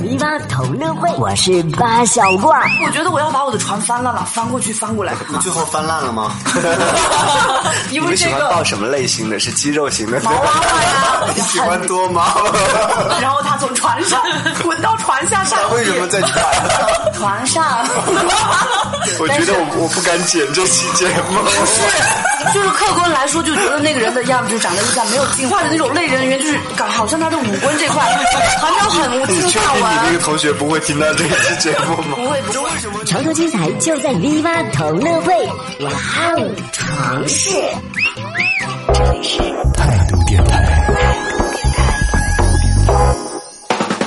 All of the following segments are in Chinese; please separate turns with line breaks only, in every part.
泥巴讨论会，我是八小挂。
我觉得我要把我的船翻烂了，翻过去，翻过来。
最后翻烂 了吗？
因
你
为
们喜
这
欢
个
抱什么类型的？是肌肉型的？，
毛娃娃呀
喜欢多毛？
然后他从船 上滚到船下上
他为什么在船？
船 上？
我觉得我我不敢剪这期节 目。
就是客观来说，就觉得那个人的样子就长得有点没有进化的那种类人猿，就是感好像他的五官这 块好像很无
你
精
确
打
定你那
纹。
个同学不会听到这期节目 吗？
不会不会，
床头精彩就在 V 八讨论会，哇哦，床事。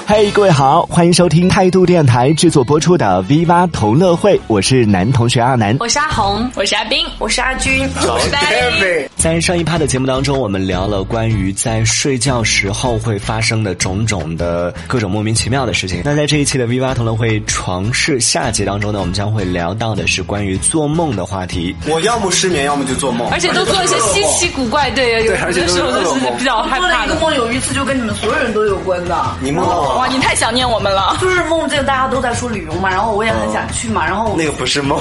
嘿各位好，欢迎收听态度电台制作播出的 V 八同乐会，我是男同学阿南。
我是阿红，我是阿冰，我是阿军，我是
在上一趴的节目当中，我们聊了关于在睡觉时候会发生的种种的各种莫名其妙的事情。那在这一期的 V 八同乐会床事下集当中呢，我们将会聊到的是关于做梦的话题。
我要么失眠，要么就做梦，
而且都做一些稀奇古怪，对，有
对而且
的
都是
时候
噩
都是
梦
比较害
做了
怕
一个
的。
梦，有一次就跟你们所有人都有关的。
你梦到我
哇，
吗
你太想念我们了。
就是梦见大家都在说旅游嘛，然后我也很想去嘛，然后我
那个不是梦，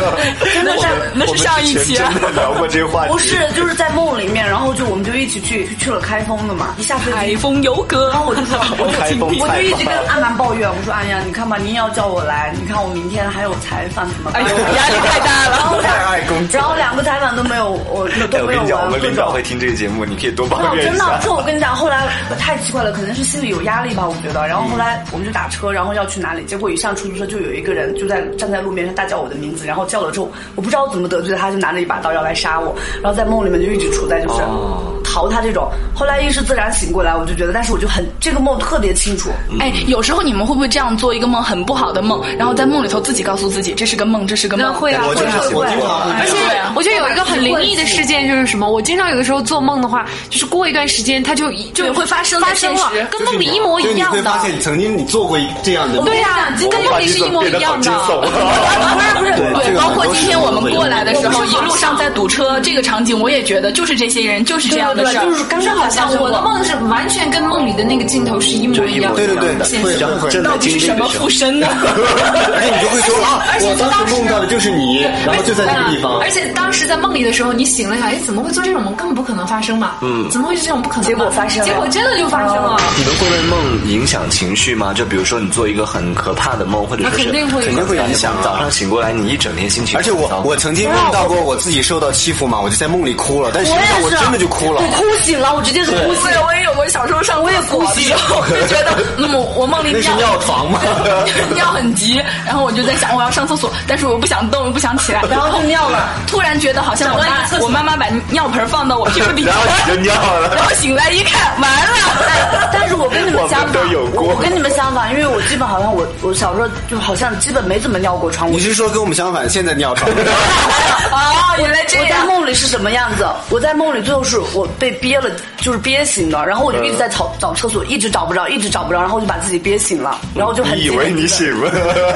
真的是
那是上一期啊
我们之前真的聊过这个话题。
不是就是在梦里面，然后就我们就一起去去去了开封的嘛，一下飞
海
机。
风游阁，
然后我就说，我
开
就
封
我就一直
采
跟
访
阿南抱怨，我说：“哎呀，你看吧，您要叫我来，你看我明天还有采访怎么
哎
办？”
呦，压力太大
然后
了。
两
太爱工作
然后两个采访都没有，我
哎
都
我
没
跟
有
你讲，我
完。
们领导会听这个节目，你可以多抱怨
哦真
一
的
下，。
这我跟你讲，后来太奇怪了，可能是心里有压力吧，我觉得。然
嗯
后后来我们就打车，然后要去哪里，结果一上出租车就有一个人就在站在路边上大叫我的名字，然后叫了之后，我不知道怎么得罪他，就拿着一把刀要来杀我，然后在梦里面就一直处在就是
哦
逃他这种。后来意识自然醒过来，我就觉得，但是我就很这个梦特别清 楚，
哎，有时候你们会不会这样做一个梦很不好的梦，然后在梦里头自己告诉自己这是个梦，这是个梦？
会啊
我
会
就是
啊，
醒过
会
了。
而且
对啊
我觉得有一个很灵异的事件就是什么？我经常有的时候做梦的话，就是过一段时间它就就
对会发生在
发生了
现实，
跟梦里
啊
一模一样的。
现曾经你做过这样的
对呀，跟梦里是一模一样的。
不是不是，
对这
对，
个
包
很
括
多
今
时
天
候
我
都会
们
有
过来的时候，一路上在堵车这个场景，我也觉得就是这些人就是这样的事儿，
就是刚
就
刚
好像我的梦是完全跟梦里的那个镜头是一模一样的。
对对对，会然后正在
到底是什么附身呢？
而且你就会 说啊，我当时梦到的就是你，然后就在那个地方
而。且当时在梦里的时候，你醒了想，哎，怎么会做这种梦？根本不可能发生嘛。嗯，怎么会是这种不可能嘛？
结果发生了
结果真的就发生了。
你们会被梦影响情绪吗？就比如说你做一个很可怕的梦，或者
那
说是
肯定会
肯定会影响啊
早上醒过来，你一整天心情
而且
很糟
我
糕
我曾经梦到过我自己受到欺负嘛，我就在梦里哭了，但实际上我真的就哭了
我。哭醒了，我直接是哭醒了，我也有，我小时候上我也哭醒了， 我就觉得
那么嗯我梦里
那是
尿
尿床 吗？
尿很急，然后我就在想我要上厕所，但是我不想动，又不想起来，然后就 尿了。突然觉得好像我
找到一个厕
妈
所
我妈妈把尿盆放到我屁股底 下
然，后你就尿了。
然后醒来一看，完了。
但是我跟你们相
我
反，
们都有过
我跟你们相反，因为我基本好像我我小时候就好像基本没怎么尿过床。我
你是说跟我们相反，现在尿 床？
哦，原来这
我在
样。
梦里是什么样子？啊我在梦里最后是我被憋了，就是憋醒的，然后我就一直
嗯
在找找厕所，一直找不着，一直找不着，然后我就把自己憋醒了，然后就很
你以为你 醒了？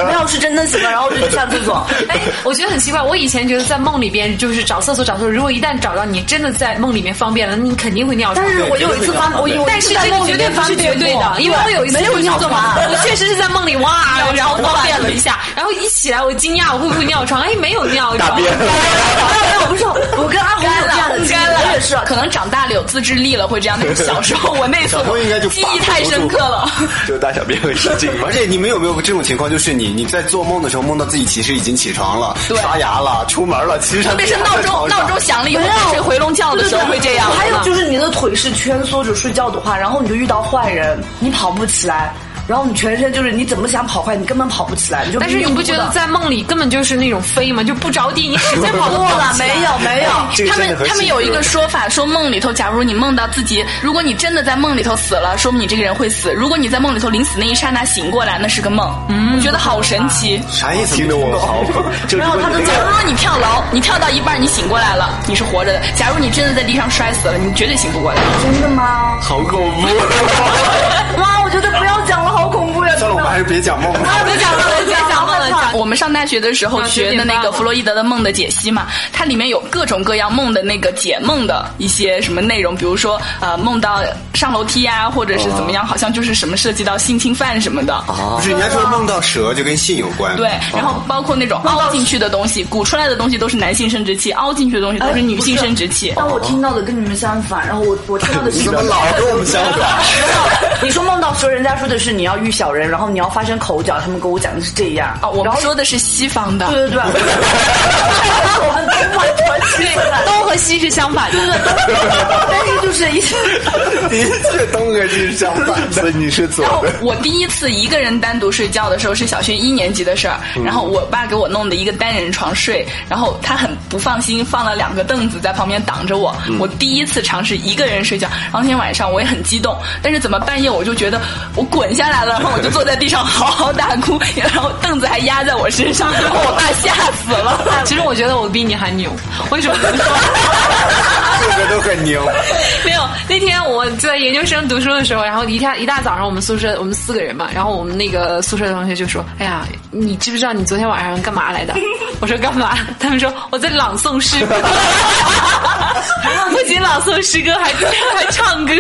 没有是真的醒了，然后就去上厕 所。
哎，我觉得很奇怪，我以前觉得在梦里边就是找厕所找厕所，如果一旦找到你真的在梦里面方便了，那你肯定会尿床
但。是我有一次发，我有一
但是
次
这
在
个
梦里
绝对
面
是绝对的，因为我有一次
没有
就是
尿
做梦
床，
我确实是在梦里哇，然后
床
方便了一下，然后一起来我惊讶我会不会尿床，哎没有尿床，
没有，不是，我跟阿红有这样的经历，
干了，
我也是，
可能长大了有自制力了会这样，但是小时候我那次
小时候应该就
记忆太深刻了。
就大小便会失禁。 而且你们有没有这种情况，就是你你在做梦的时候梦到自己其实已经起床了、
对
刷牙了、出门了，其实
特别是闹钟闹钟响了以后睡回笼觉的时候会这 样。
还有就是你的腿是蜷缩着睡觉的话，然后你就遇到坏人，你跑不起来，然后你全身就是你怎么想跑快，你根本跑不起来，你就
但是你不觉得
迷糊的
在梦里根本就是那种飞吗？就不着地，你使劲跑
不
都跑
了
不？起来
没有没有，
这个
他
真的
们
和
他们
醒
有一
着
个说法，说梦里头，假如你梦到自己，如果你真的在梦里头死了，说明你这个人会死；如果你在梦里头临死那一刹那醒过来，那是个梦。嗯，我觉得好神奇。哦
啥意思？听得我好， 就
然后他就
假如说你跳楼，你跳到一半你醒过来了，你是活着的；假如你真的在地上摔死了，你绝对醒不过来。
真的吗？
好恐 怖。
哇，我觉得不要讲了，好恐怖呀！
算了，我们还是别讲梦了。
别讲了，
别讲梦了，讲我们上大学的时候
啊
学的那
9:30
个弗洛伊德的梦的解析嘛，它里面有各种各样梦的那个解梦的一些什么内容，比如说呃梦到上楼梯呀、或者是怎么样，好像就是什么涉及到性侵犯什么的。
不是人家说梦到蛇就跟性有关，
对，然后
哦
包括那种凹进去的东西，鼓出来的东西都是男性生殖器，凹进去的东西
哎
都是女性生殖器。
但我听到的跟你们相反，然后我我听到的是
你怎么老跟我们相 反？
你说梦到蛇，人家说的是你要遇小人，然后你要发生口角，他们跟我讲的是这样。
哦，我
然
们
后
说的是西方的，
对对对，我们东方传奇，
东和西是相反的。
但是就是一些
的确东哥是相反的，你是左
然后
的。
哦我第一次一个人单独睡觉的时候是小学一年级的事儿，
嗯
然后我爸给我弄的一个单人床睡，然后他很不放心，放了两个凳子在旁边挡着我。
嗯
我第一次尝试一个人睡觉，然后那天晚上我也很激动，但是怎么半夜我就觉得我滚下来了，然后我就坐在地上嚎啕大哭，然后凳子还压在我身 上，然后我爸吓死了。
其实我觉得我比你还牛，为什么这么说？
各个都 很牛，
没有，那天我在研究生读书的时候，然后一天一大早上，我们宿舍我们四个人嘛，然后我们那个宿舍的同学就说：“哎呀，你知不知道你昨天晚上干嘛来的？” 我说：“干嘛？”他们说：“我在朗诵诗 歌。”不仅朗诵诗歌，还还唱歌。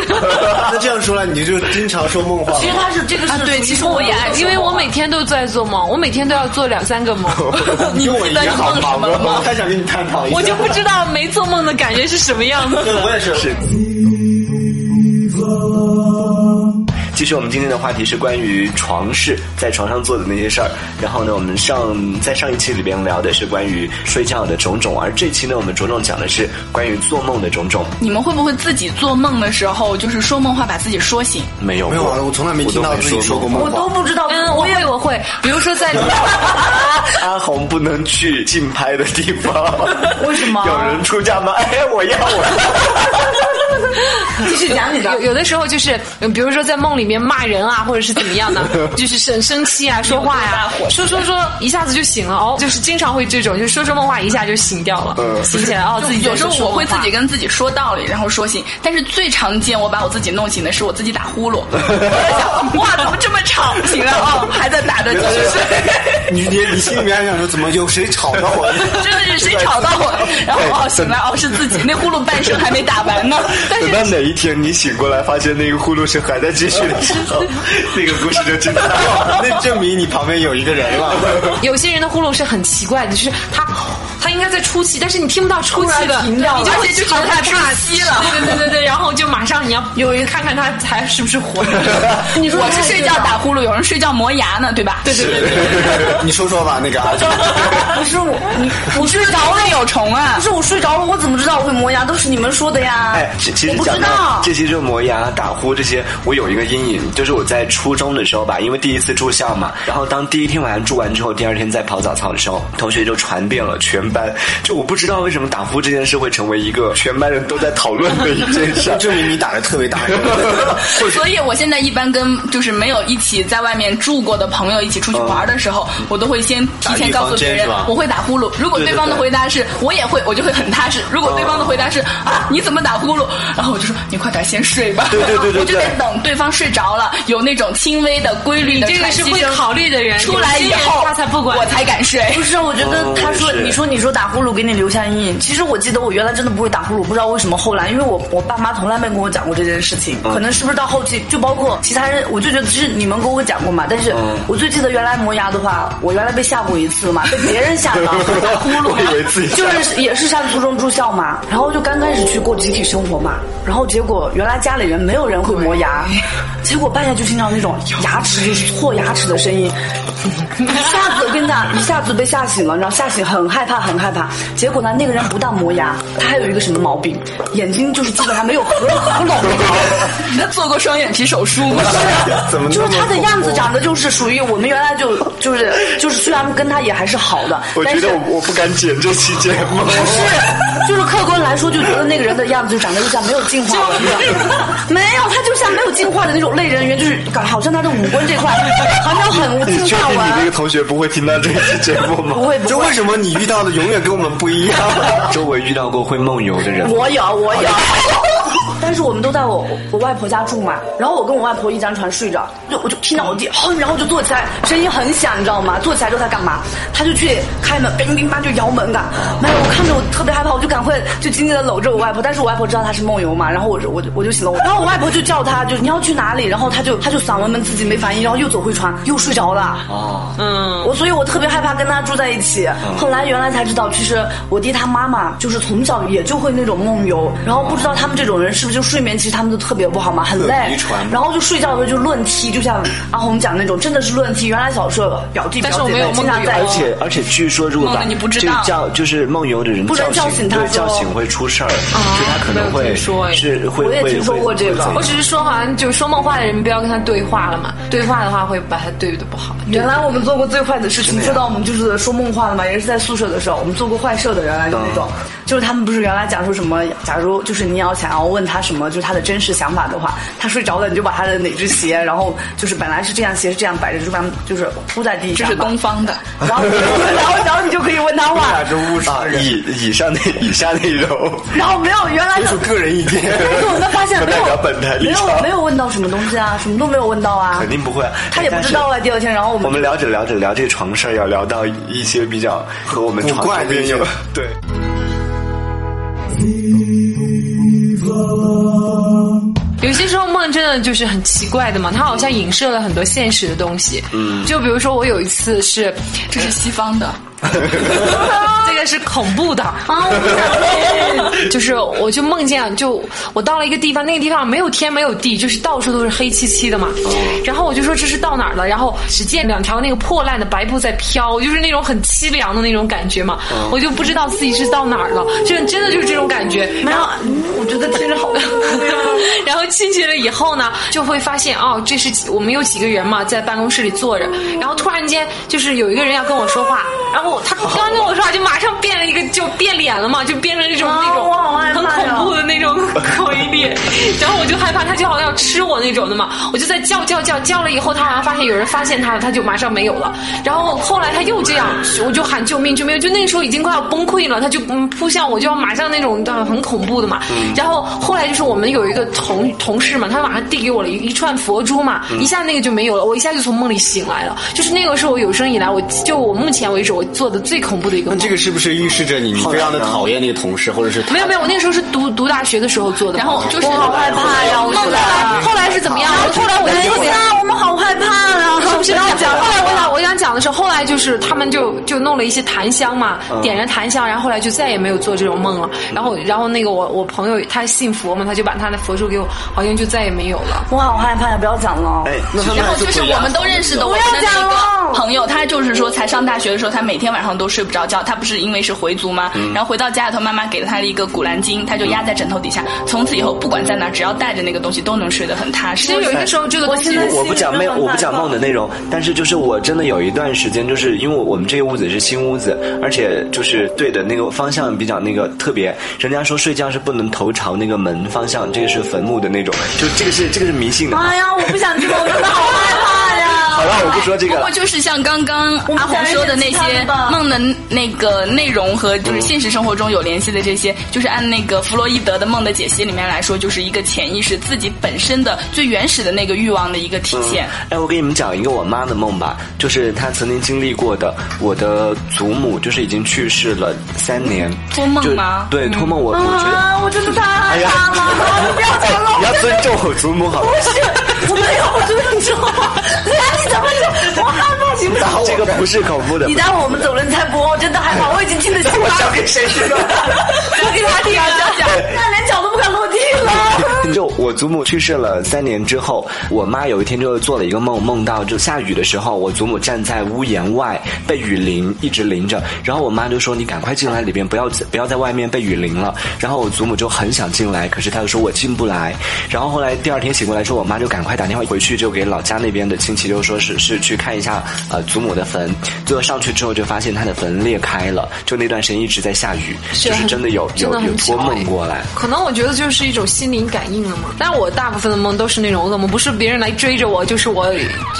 那这样说来，你就经常说梦话
其实
了。
他是这个是
啊，对，其实我也爱，因为我每天都在做梦，我每天都要做两 三个梦。
你跟我一样好忙
你记得你梦什么
啊！
吗
我太想跟你探讨一下。
我就不知道没做梦的感觉是什么样子。
对，我也是。是
其实我们今天的话题是关于床事，在床上做的那些事儿。然后呢，我们上在上一期里边聊的是关于睡觉的种种，而这期呢，我们着重讲的是关于做梦的种种。
你们会不会自己做梦的时候，就是说梦话把自己说醒？
没有过，
没有啊，我从来没听到自己说过
我
梦
都
话。
不知道，
嗯，我会，我会，比如说 在。
阿红不能去竞拍的地方，
为什么
有人出价吗？哎，我要，我
继续讲你的
有。有的时候就是，呃比如说在梦里面骂人啊，或者是怎么样的，就是很生气啊，说话呀、说说说，一下子就醒了哦，就是经常会这种，就说说梦话，一下就醒掉了，醒起来哦，自己
有时
在
候
说
我会自
梦话
己跟自己说道理，然后说醒。但是最常见我把我自己弄醒的是我自己打呼噜。我在想哇，怎么这么吵？醒了哦，还在打着，就是
你你你心里面还想说，怎么有谁吵到 我了？
真的是谁吵到我？然后哦，醒来哦，是自己，那呼噜半声还没打完呢。但
等
是
到哪一天你醒过来，发现那个呼噜声还在继续的时 候，那个故事就精彩了。
那证明你旁边有一个人 了。
有些人的呼噜是很奇怪的，就是他他应该在出气，但是你听不到出气的，
停掉了
你就
而
会
且就
朝
觉得
他
他
岔气了。对对对对，然后就马上你要有人看看他还是不是活着。
你说
我是睡觉
这个
打呼噜，有人睡觉磨牙呢，对吧？对对对，
你说说吧，那个啊阿，
不是我，你我睡着
脑
了
里有虫啊
不！是我睡着了，我怎么知道我会磨牙？都是你们说的呀。
哎，其其实
我不
讲
知
到
道
这。些热磨牙、打呼这些，我有一个阴影，就是我在初中的时候吧，因为第一次住校嘛，然后当第一天晚上住完之后，第二天在跑早操的时候，同学就传遍了全班。就我不知道为什么打呼这件事会成为一个全班人都在讨论的一件事
证明你打的特别大。
所以我现在一般跟就是没有一起在外面住过的朋友一起出去玩的时候，我都会先提前告
打预防
诉别
针
人
是吧
我会打呼噜。如果对方的回答是我也会，我就会很踏实；如果对方的回答是啊你怎么打呼噜，然后我就说你快点先睡吧。
对对对对对
我就得等对方睡着了，有那种轻微的规律
你
的
这个
喘
是
息
会
声
考虑的人，
出来
有
以
些人
后，
他才不管
我。才敢睡。
不是，啊我觉得
哦
他说，
是
你说你说打呼噜给你留下阴影。其实我记得我原来真的不会打呼噜，不知道为什么后来，因为我我爸妈从来没跟我讲过这件事情，
嗯
可能是不是到后期，就包括其他人，我就觉得是你们跟我讲过嘛。但是
嗯
我最记得原来磨牙的话，我原来被吓过一次嘛，被别人吓 到打呼噜，
我以为自己吓
就是也是上初中住校嘛，然后就刚开始去过集体生活嘛，然后结果原来家里人没有人会磨牙，结果半夜就听到那种牙齿就是破牙齿的声音，一下子我跟你讲，一下子被吓醒了，然后吓醒很害怕很害怕，结果呢那个人不但磨牙，他还有一个什么毛病，眼睛就是基本上没有合合拢。
你他做过双眼皮手术 吗？
怎么那么啊
就是他的样子长得就是属于我们原来就就是就是虽然跟他也还是好的，
我
但
觉
是
得我我不敢剪这期节 目。
不是，就是客观来说，就觉得那个人的样子就长得就像没有进化的一样，没有，他就像没有进化的那种类人猿，就是感好像他的五官这块好像很无
你
进
确
化
定你那个
完，
同学不会听到这期节目吗？
不会不
就
会
为，什么你遇 到的永远跟我们不一样？
周围遇到过会梦游的人吗，
我有我有， 但是我们都在我我外婆家住嘛，然后我跟我外婆一张床睡着，就我就听到我弟哼，然后就坐起来，声音很响，你知道吗？坐起来之后他干嘛？他就去开门，乒乒乓就摇门啊！没有，我看着我特别害怕，我就赶快就紧紧的搂着我外婆，但是我外婆知道她是梦游嘛，然后我就我就我就醒了，然后我外婆就叫他，就你要去哪里？然后他就他就嗓闻门自己没反应，然后又走回床，又睡着了。
哦，
嗯，
我所以，我特别害怕跟他住在一起。
嗯
后来原来才知道，其实我弟他妈妈就是从小也就会那种梦游，然后不知道他们这种人是不是就睡眠，其实他们都特别不好嘛，很
对
累
遗传。
然后就睡觉的时候就论踢，就像阿红讲那种，真的是论踢。原来小时候表弟
但是
表姐
我没有
们经常
梦
在
游
一
而
起。
且而且，据说如果
梦
把
了你不知
这个
道
叫就是梦游的人
不能叫醒他啊
对，
说
叫醒会出事儿，就他可能
没有
会
听说哎
是会
我也
会
听说
会
过这
会
个
怎
我只是说，好像就是说梦话的人不要跟他对话了嘛，对话的话会把他对的不好。
原来我们做过最坏的事情，知道我们就是说梦话了嘛，也是在宿舍的时候，我们做过坏事的，原来就那种，就是他们不是原来讲说什么，假如就是你要想要问他什么，就是他的真实想法的话，他睡着了，你就把他的哪只鞋，然后就是本来是这样鞋是这样摆着，就把它就是铺在地
这
上，
是东，方的，
然后然后然后你就可以问他话，
这误
啊，以 以上那以下内容，
然后没有原来
提
的
出。个人意见，
但是我们发现
不
没
代
有
表本台
没
立场
有，没有问到什么东西啊，什么都没有问到啊，
肯定不会。哎
他也不
但是
知道啊。第二天，然后我
我
们
们聊着聊着聊这床事儿，要聊到一些比较和我们
古
床
怪
边
的一些哦
有 对。
有些时候梦真的就是很奇怪的嘛，它好像影射了很多现实的东西。嗯，就比如说我有一次是，
这是西方的。
这个是恐怖的啊，
哦
我不想听就是我就梦见就我到了一个地方，那个地方没有天没有地，就是到处都是黑漆漆的嘛。
哦
然后我就说这是到哪儿了，然后只见两条那个破烂的白布在飘，就是那种很凄凉的那种感觉嘛。
哦
我就不知道自己是到哪儿了，就是真的就是这种感觉。
没有，嗯我觉得听着好无聊。
然后进去了以后呢，就会发现哦，这是几我们有几个人嘛，在办公室里坐着，然后突然间就是有一个人要跟我说话，然后他刚跟我说话，就马上变了一个，就变脸了嘛，就变成那种
啊
那种
我好害怕
很
呀
恐怖的那种鬼脸，然后我就害怕他就好像要吃我那种的嘛，我就在叫叫叫叫了以后，他好像发现有人发现他了，他就马上没有了，然后后来他又这样，我就喊救命救命，就那个时候已经快要崩溃了，他就嗯扑向我，就要马上那种呃很恐怖的嘛，
嗯
然后后来就是我们有一个同同事嘛，他马上递给我了一一串佛珠嘛，
嗯
一下那个就没有了，我一下就从梦里醒来了，就是那个是我有生以来我就我目前为止我做的最恐怖的一
那
个梦。
这个是不是预示着你你非常的讨厌那个同事，或者是他
没有没有，我那时候是读读大学的时候做的梦，
然后就是
我好害怕呀！我
梦后
觉得
来后来是怎么样？后来我就特别
啊，我们好害怕啊！
是不是？
不要讲
后来我想我想讲的是，后来就是他们就就弄了一些檀香嘛，点燃檀香，然后后来就再也没有做这种梦了。然后然后那个我我朋友他信佛嘛，他就把他的佛珠给我，好像就再也没有了。
我好害怕呀！不要讲了。
哎，那他们
然后
还
就是
不一
我
样
们都认识的我们的那个朋友，他就是说才上大学的时候，他每天晚上都睡不着觉。他不是因为是回族吗？
嗯
然后回到家里头，妈妈给了他一个古兰经，他就压在枕头底下。
嗯
从此以后，不管在哪，只要带着那个东西，都能睡得很踏实
其。实有一个时候这个东西
我现在
我不讲没有，我不讲梦的内容，但是就是我真的有一段时间，就是因为我们这个屋子是新屋子，而且就是对的那个方向比较那个特别，人家说睡觉是不能头朝那个门方向，这个是坟墓的那种，就这个是这个是迷信的。
哎呀，我不想听了，我真的好害怕呀！
好了，我不说这
不
个
过
了。
就是像刚刚
我们
阿红说的那
再来一些
些
其他的吧
梦的那个内容和就是现实生活中有联系的这些，就是按那个弗洛伊德的梦的解析里面来说，就是一个潜意识自己本身的最原始的那个欲望的一个体现。
哎，我给你们讲一个我妈的梦吧，就是她曾经经历过的。我的祖母就是已经去世了三年，
嗯
托梦
就
吗
对，托梦我、我觉得，
啊，我真的太害怕了！不要
哎
讲了， 我
你要尊重我祖母好吗？
我没有，我真的知道。哎呀，你怎么就我害怕？行不行？
这个不是恐怖的
你，待会儿我们走了，你再播，我真的害怕，我已经听得清了。我讲给谁听？讲给他听啊！讲讲，那连脚都不敢落地了。
就我祖母去世了三年之后，我妈有一天就做了一个梦，梦到就下雨的时候，我祖母站在屋檐外被雨淋，一直淋着。然后我妈就说：“你赶快进来里边，不要 不要在外面被雨淋了。”然后我祖母就很想进来，可是她又说我进不来。然后后来第二天醒过来之后，我妈就赶快打电话回去，就给老家那边的亲戚就说是是去看一下呃祖母的坟。最后上去之后就发现她的坟裂开了，就那段时间一直在下雨，就是真的有
啊真
有
的
有
很
托
巧哎
梦过来。
可能我觉得就是一种心灵感反应了吗？但我大部分的梦都是那种噩梦，不是别人来追着我，就是我，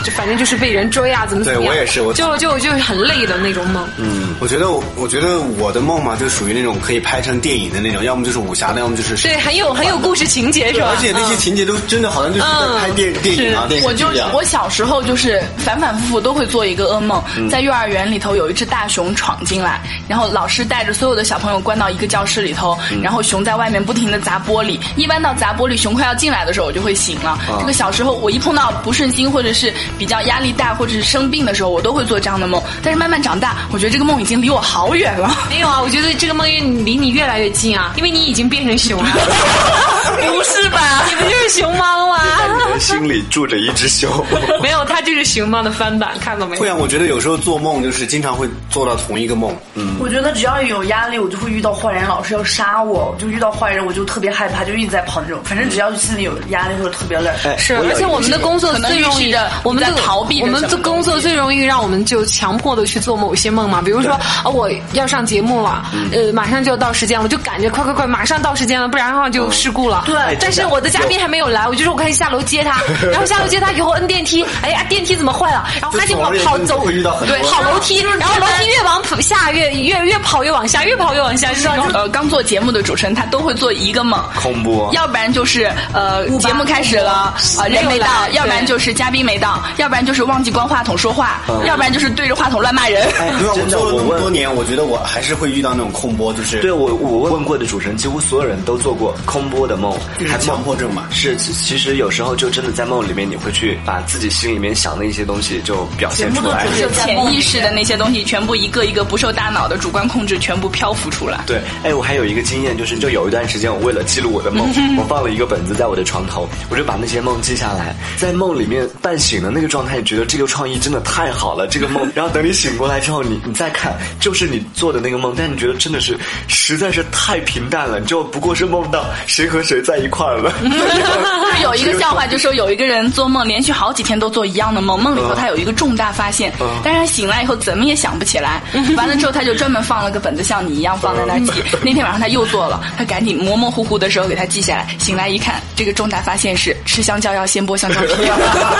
就反正就是被人追啊，怎么怎
对
么样。
我也是我
就就就是很累的那种梦。
嗯，我觉得我我觉得我的梦嘛，就属于那种可以拍成电影的那种，要么就是武侠的，要么就是
对，很有很有故事情节是吧？
而且那些
嗯
情节都真的好像就是在拍电、电影啊，电视
我
剧
就
一样。
我小时候就是反反复复都会做一个噩梦，
嗯
在幼儿园里头有一只大熊闯进来，然后老师带着所有的小朋友关到一个教室里头，
嗯
然后熊在外面不停的砸玻璃，一般到砸玻璃熊快要进来的时候我就会醒了。
啊
这个小时候我一碰到不顺心或者是比较压力大或者是生病的时候，我都会做这样的梦。但是慢慢长大，我觉得这个梦已经离我好远了。
没有啊，我觉得这个梦魇离你越来越近啊，因为你已经变成熊 了。不是吧？你不就是熊猫吗？
你的心里住着一只熊。
没有，它就是熊猫的翻版，看到没
会？啊，我觉得有时候做梦就是经常会做到同一个梦。嗯，
我觉得只要有压力，我就会遇到坏人，老是要杀我，就遇到坏人我就特别害怕，就一直在跑那种。反正只要心里有压力或者特别累，
是，
我有
而且我们的工作最容易
可能预示着，
我们的
你在逃避着
我们
什
的
么东西
工作最容易让我们就强迫的去做某些梦嘛。比如说啊，我要上节目了，呃，马上就要到时间了，我就赶着快快快，马上到时间了，不然的话就事故了。
哎
对
但是我嗯的嘉宾还没有来，我就说我赶紧下楼接 他，然后下楼接他以后摁电梯，哎呀，电梯怎么坏了？然后赶紧往
就从
跑
这个
走，
会遇到很多
对，跑楼梯，然后楼梯越往下越越越跑越往下，越跑越往下，然后
呃，刚做节目的主持人他都会做一个梦，
恐怖
要不然就是呃，节目开始了，呃，人没到
没有来；
要不然就是嘉宾没到；要不然就是忘记关话筒说话；要不然就是对着话筒乱骂人。
哎，对啊，我
真的
做了那
我
么
问
多年，我觉得我还是会遇到那种空播，就是
对我，我问过的主持人，几乎所有人都做过空播的梦，
是强迫症嘛
是，其其实有时候就真的在梦里面，你会去把自己心里面想的一些东西就表现出来。
就潜意识的那些东西，全部一个一个不受大脑的主观控制，全部漂浮出来。
对，哎，我还有一个经验，就是就有一段时间，我为了记录我的梦，我放了一个本子在我的床头，我就把那些梦记下来，在梦里面半醒的那个状态，你觉得这个创意真的太好了，这个梦，然后等你醒过来之后，你你再看，就是你做的那个梦，但你觉得真的是实在是太平淡了，你就不过是梦到谁和谁在一块儿了。
就是有一个笑话，就说有一个人做梦，连续好几天都做一样的梦，梦里头他有一个重大发现，
嗯
但是他醒来以后怎么也想不起来。完了之后，他就专门放了个本子，像你一样放在那儿记。
嗯
那天晚上他又做了，他赶紧模模糊糊的时候给他记下来。醒来一看，这个重大发现是吃香蕉要先剥香 蕉皮。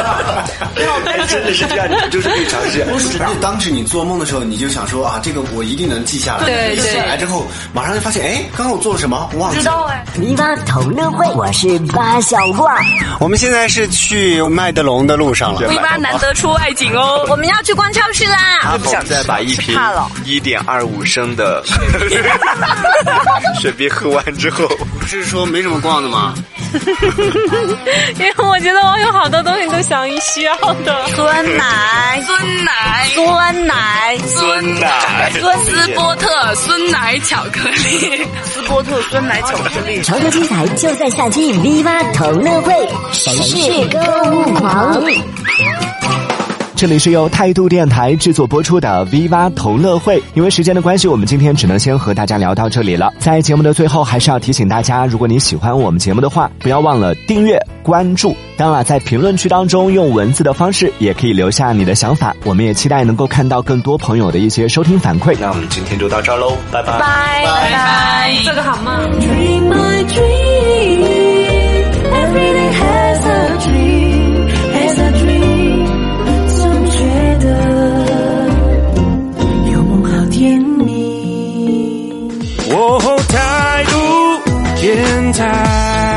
哎，真的是这样，你就是可以尝 试。
然后当时你做梦的时候，你就想说啊，这个我一定能记下来。
对
一
对
醒来之后，马上就发现，哎，刚刚我做了什么？忘记了。
哎
泥巴同乐会，我是八小怪。
我们现在是去麦德龙的路上了。
V 八难得出外景哦，我们要去逛超市啦。
想再把一瓶
怕了
一点二五升 的雪碧喝完之后，
不是说没什么逛的吗？
因为我觉得我有好多东西都想需要的， 酸奶、
酸奶、
酸奶、
酸奶
斯波特酸奶巧克力。
斯波特酸奶巧 克力。
潮州电台就在夏季 V 八同乐会，谁是购物狂？
这里是由态度电台制作播出的 V 八同乐会。因为时间的关系，我们今天只能先和大家聊到这里了。在节目的最后，还是要提醒大家，如果你喜欢我们节目的话，不要忘了订阅、关注。当然了，在评论区当中用文字的方式也可以留下你的想法，我们也期待能够看到更多朋友的一些收听反馈。那我们今天就到这儿喽，拜拜。
拜拜。
做个好梦。
dream my dream. Every day has a dream, has a dream。总觉得有梦好甜蜜。
哦，态度电台。